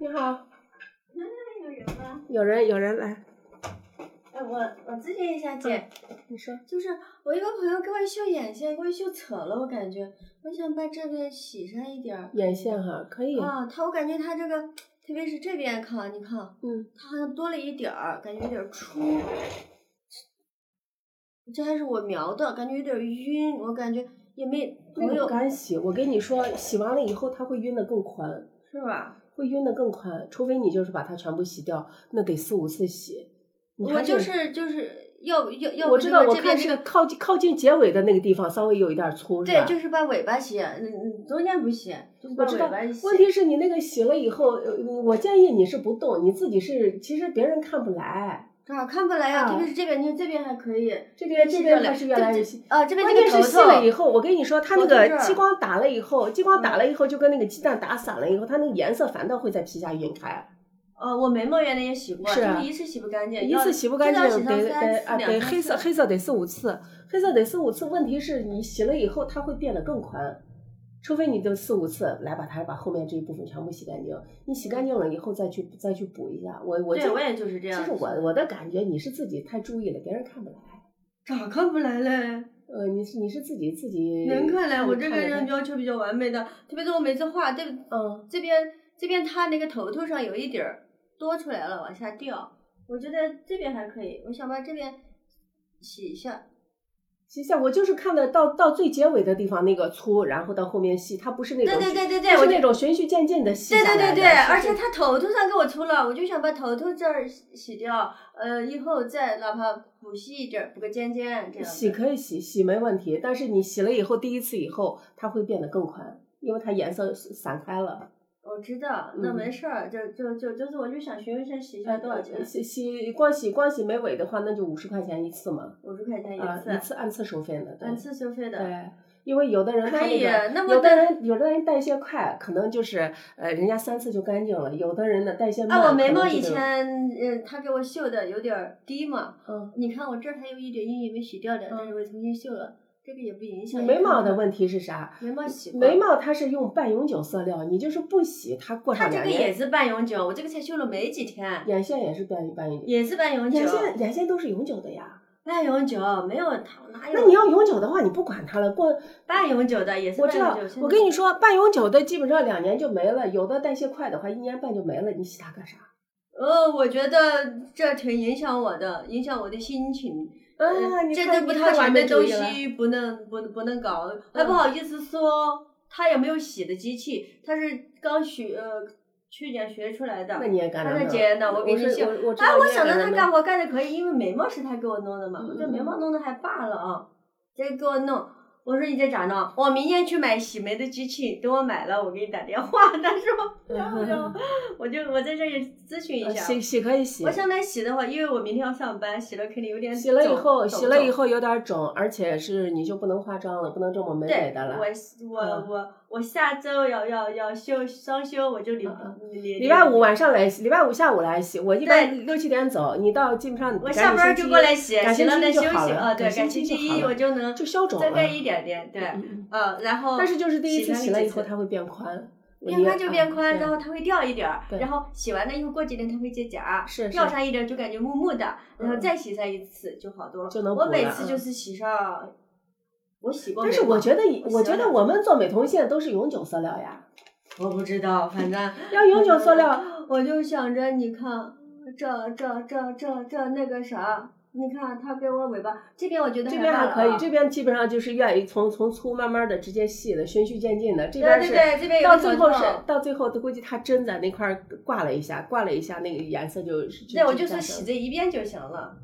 你好，有人吗？有人有人来，哎，我我咨询一下姐，你说就是我一个朋友给我绣眼线，给我绣扯了，我感觉我想把这边洗上一点儿。眼线哈，可以，啊，他我感觉他这个，特别是这边看，你看，嗯，他好像多了一点儿，感觉有点儿粗。这还是我描的，感觉有点儿晕，我感觉也没那没个有不，干洗，我跟你说，洗完了以后它会晕的更宽，是吧？会晕的更宽，除非你就是把它全部洗掉，那得四五次洗。你我还就是就是要要要我不知就道，是我这看边这是个，靠近靠近结尾的那个地方稍微有一点粗，是吧？对，就是把尾巴洗，嗯嗯，中间不洗，就是把我知尾道，巴洗。问题是你那个洗了以后，呃我建议你是不动，你自己是，其实别人看不来。啊，看不来呀、啊特别是这边，你看这边还可以，这边这细边着嘞还是越来越细。啊，这边关这键个头是头细了以后，我跟你说，它那头头这个儿嗯激光打了以后，激光打了以后就跟那个鸡蛋打散了以后，它那个颜色反倒会在皮下晕开。呃，我眉毛原来也洗过，是啊就是一次洗不干净，一要次洗不干至少净，洗上得三得次啊，两得三黑色次黑色得四五次，黑色得四五次。问题是你洗了以后，它会变得更宽。除非你就四五次来把它把后面这一部分全部洗干净，你洗干净了以后再去再去补一下。我我对建议我也就是这样其子。实我我的感觉你是自己太注意了，别人看不来。咋啊看不来嘞？呃，你是你是自己自己能看来，我这个看人要求比较完美的，特别是我每次画这嗯，这边这边它那个头头上有一点儿多出来了，往下掉，我觉得这边还可以，我想把这边洗一下。其实我就是看的到到最结尾的地方那个粗，然后到后面细，它不是那对种对对对它对，我是就那种循序渐进的细对下对来对的对，是而且他头头上给我粗了，我就想把头头这儿洗洗掉，呃，以后再哪怕补细一点儿，补个尖尖这样子。洗可以洗洗没问题，但是你洗了以后第一次以后，它会变得更宽，因为它颜色散开了。我知道，那嗯没事儿，就就就就是，我就想询问一下洗一下多少钱，洗洗光洗光洗眉尾的话，那就五十块钱一次嘛，五十块钱啊、一一次按次收费的，对按次收费的。对，因为有的人他可以那个那么有的代人有的人代谢快，可能就是呃人家三次就干净了，有的人呢代谢慢。啊，我眉可能毛就以是前，嗯，他给我绣的有点儿低嘛，嗯，你看我这儿还有一点阴影没洗掉的，嗯但是我重新绣了，这个也不影你响。眉毛的题，问题是啥？眉毛洗过眉，毛它是用半永久色料，你就是不洗，它过他上这两个也年，是半永久，我这个才绣了没几天，眼线也是半半永久，也是半永久。眼线眼线都是永久的呀。半永久没有它哪有？那你要永久的话，你不管它了，过半永久的也是我半知永道久。，我跟你说，半永久的基本上两年就没了，有的代谢快的话，一年半就没了，你洗它干啥？呃，我觉得这挺影响我的，影响我的心情。啊，呃你这看对不你太太完全美的主东义了。嗯西不能不不能搞，还不好意思说，他也没有洗的机器，他是刚学呃去年学出来的。那你也干他了？那姐呢？我给你是秀。我我知哎，道我你也想着他了干活干的可以，因为眉毛是他给我弄的嘛，嗯我这眉毛弄的还罢了啊，这给我弄。我说你这咋弄？我明天去买洗眉的机器，等我买了我给你打电话。他说，然后就我就我在这里咨询一嗯呃洗下。洗可以洗我，想来洗的话，因为我明天要上班，洗了肯定有点洗了以肿后洗了以。肿后有点肿，而且是你就不能化妆了，不能这么美美对，的了。我我嗯我我下周要要要休双休，我就礼嗯礼礼拜五晚上来洗，礼拜五下午来洗。我一对般六七点走，你到基本上我赶下紧星班就期过一来洗，赶洗星了期再一就休息好了啊，对，赶星星期期好一了我就能就消肿遮盖了。一点点，对，嗯嗯呃，然后但是就是第一洗次干洗了净以后，次它会变宽。我变捏宽就变啊宽，对然后它会掉一点儿，对然后洗完了以后过几天它会结痂，啊是是掉上一点就感觉木木的，然后嗯再洗上一次就好多了。就能我补每了次嗯就是洗上，我洗过眉但毛。是我觉得，我我觉洗得了我们做美瞳线都是永久色料呀，我不知道，反正要永久色料，我就想着，你看这这这这这那个啥，你看它给我尾巴这边，我觉得这边还还罢可了以，啊这边基本上就是愿意从从粗慢慢的直接细的，循序渐进的。这边对是对对，这边有到个最头后头是到最后，估计他针在那块儿挂了一下，挂了一下，那个颜色就是。对，我就说是洗这一遍就行了，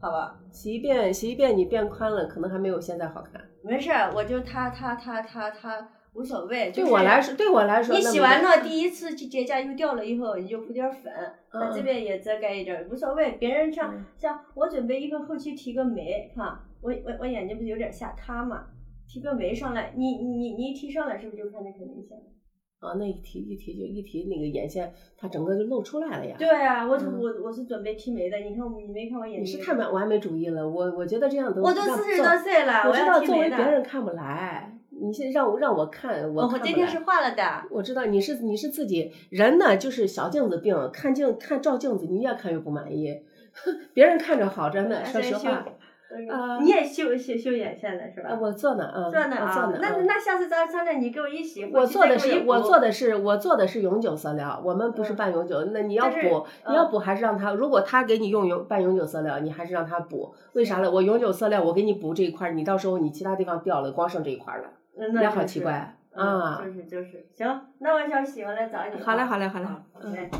好吧？洗一遍，洗一遍，你变宽了，可能还没有现在好看。没事儿，我就他他他他他无所谓。就对是我来说，对我来说，你那洗没完有了第一次去结痂又掉了以后，你就补点粉，把嗯这边也遮盖一点儿，无所谓。别人像、嗯像我准备一会儿后期提个眉，哈，我我我眼睛不是有点下塌嘛，提个眉上来，你你你你一提上来是不是就看着很明显？啊，那一提一提就一提那个眼线，它整个就露出来了呀。对啊，我、嗯我我是准备提眉的，你看我你没看我眼你睛？是太完完美主义了，我我觉得这样都我都让四十做多岁了，我我知要道提作眉为的。哦别人看不来，你先让我让我看，我我看不今天来是画了的，我知道你是你是自己人呢，就是小镜子病，看镜看照镜子，你越看越不满意， 别人看着好着呢，说实话，啊嗯你也修修修眼线了是吧啊，？我做呢啊，做呢我啊做呢，，那嗯那下次咱商量，你给我一洗，我回去做再的给是一我补做的是我做的是永久色料，我们不是嗯半永久。那你要但是补，你要嗯补还是让他？如果他给你用永半永久色料，你还是让他补，为啥呢？我永久色料我给你补这一块儿，你到时候你其他地方掉了，光剩这一块儿了，也嗯那好就奇是怪嗯啊！就是就是，行，那我想洗完了找你啊。好嘞，好嘞，好嘞，好嗯。嘞